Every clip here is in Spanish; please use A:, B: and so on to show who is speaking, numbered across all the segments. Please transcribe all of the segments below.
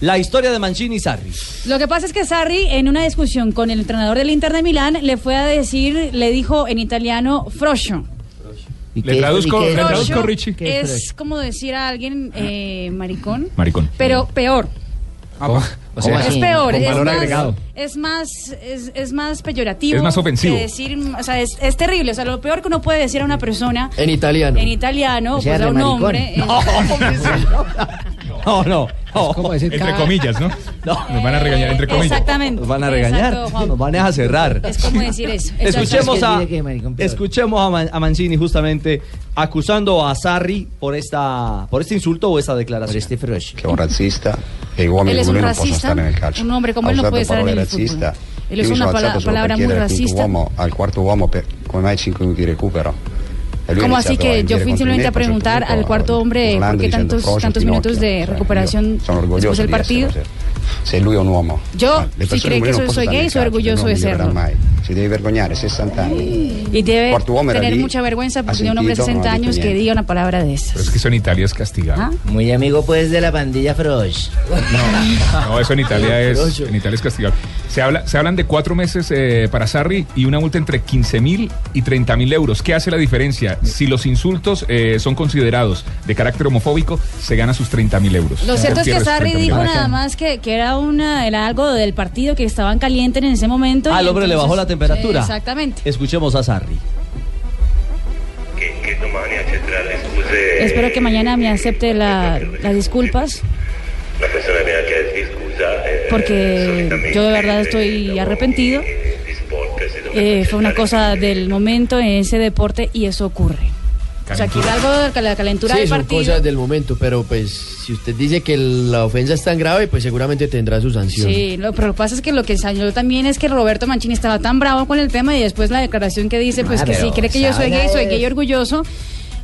A: La historia de Mancini y Sarri.
B: Lo que pasa es que Sarri, en una discusión con el entrenador del Inter de Milán, le fue a decir, le dijo en italiano, froscio.
C: ¿Y le traduzco,
B: Froscio
C: le traduzco Richie.
B: es como decir a alguien eh, maricón,
C: Maricón. Ah,
B: pero peor.
D: Ah,
C: o sea,
B: Es peor,
C: Con
B: es
C: valor
B: más,
C: agregado.
B: es más, es, es más peyorativo.
C: Es más ofensivo.
B: que decir, o sea, es, es terrible. O sea, lo peor que uno puede decir a una persona
E: En italiano.
B: en italiano,
E: sea,
B: pues a un
E: remaricón.
B: hombre, es-
A: No, no, no.
C: entre comillas, ¿no?
A: No.
C: Nos van a regañar, entre comillas.
B: Exactamente.
A: Nos van a regañar.
B: Exacto, Juan.
A: Nos van a cerrar.
B: Es como decir eso.
A: Escuchemos
E: Exacto.
A: a,
E: Dile que maricón peor.
A: escuchemos a, Man- a Mancini justamente acusando a Sarri por esta por este insulto o esta declaración.
E: Este Frosh.
F: che un razzista e uomini
B: Él es
F: come
B: un
F: lui non possono
B: racista,
F: stare nel calcio.
B: un hombre come
F: ha
B: él no
F: usato
B: puede estar en
F: parole
B: el fútbol.
F: razzista.
B: Él es
F: Io
B: una
F: sono
B: pala-
F: alzato solo
B: palabra
F: per
B: muy
F: chiedere al quinto
B: racista.
F: uomo, al quarto uomo per, come mai 5 minuti di recupero. E lui ha
B: Como
F: iniziato
B: así
F: a
B: que yo
F: ridere
B: fui
F: contro di
B: simplemente
F: me,
B: a
F: poi un certo
B: preguntar al
F: punto,
B: cuarto hombre
F: urlando,
B: por qué
F: dicendo,
B: tantos,
F: "Frocio,
B: tantos
F: Pinocchio".
B: minutos
F: Cioè,
B: de
F: io
B: recuperación
F: sono
B: después
F: orgoglioso
B: del
F: di essere
B: partido.
F: così. Se lui è un uomo.
B: Yo,
F: ma le
B: si
F: persone
B: cree
F: come
B: che
F: lui non
B: soy gay,
F: possono stare nel
B: soy
F: calcio,
B: orgulloso
F: non
B: di
F: migliorerà
B: serlo.
F: mai. Si deve vergognare, 60 anni.
B: Y debe
F: Por tu hombre,
B: tener
F: Dalí,
B: mucha vergüenza porque
F: así
B: tiene un hombre de
F: quito,
B: 60
F: no,
B: años que
F: independiente.
B: diga una palabra de
C: Pero
B: esas.
C: es que eso en Italia es castigado.
B: ¿Ah?
E: Muy amigo, pues, de la pandilla Frosh.
B: Ah.
C: No, eso en Italia es, en Italia es castigado. Se, habla, se hablan de cuatro meses eh, para Sarri y una multa entre 15 mil y 30 mil euros. ¿Qué hace la diferencia? Si los insultos eh, son considerados de carácter homofóbico, se gana sus 30 mil euros.
B: Lo cierto es que
C: Gutiérrez,
B: Sarri
C: 30.000
B: dijo
C: euros.
B: nada más que, que era una, era algo del partido que estaban calientes en ese momento.
A: Ah,
B: y
A: el hombre le
B: entonces-
A: bajó la temperatura.
B: Exactamente.
A: Escuchemos a Sarri.
G: che, che domani accetterà le scuse.
B: Espero que mañana me acepte la- las disculpas
G: La persona mi ha chiesto scusa. eh,
B: porque
G: solitamente,
B: yo de verdad
G: eh,
B: estoy
G: dopo
B: arrepentido.
G: i- gli sport si dovrebbe
B: Eh, fue una
G: accettare.
B: cosa del momento en ese deporte y eso ocurre. O sea, que era algo de la calentura
E: Sí,
B: del
E: son
B: partido.
E: cosas del momento, pero pues si usted dice que la ofensa es tan grave, pues seguramente tendrá su sanción.
B: Sí, lo, pero lo que pasa es que lo que salió también es que Roberto Mancini estaba tan bravo con el tema y después la declaración que dice, pues
E: Ah,
B: que sí,
E: pero
B: cree que yo soy
E: sabe
B: gay, soy
E: es-
B: gay orgulloso.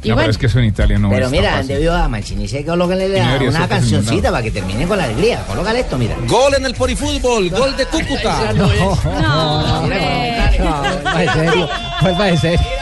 B: Y
C: No, pero
B: bueno,
C: es que eso en Italia no
D: Pero
C: está
D: mira,
C: fácil.
D: debió a Mancini se colóquenle
C: Y no
D: la-
C: debería
D: una
C: ser
D: cancioncita
C: ningún
D: para que termine con la alegría. Colócale esto, mira.
A: Gol en el Porifútbol, gol de Cúcuta.
B: no, hombre.
E: No, no, Pues, en serio, vuelva en serio.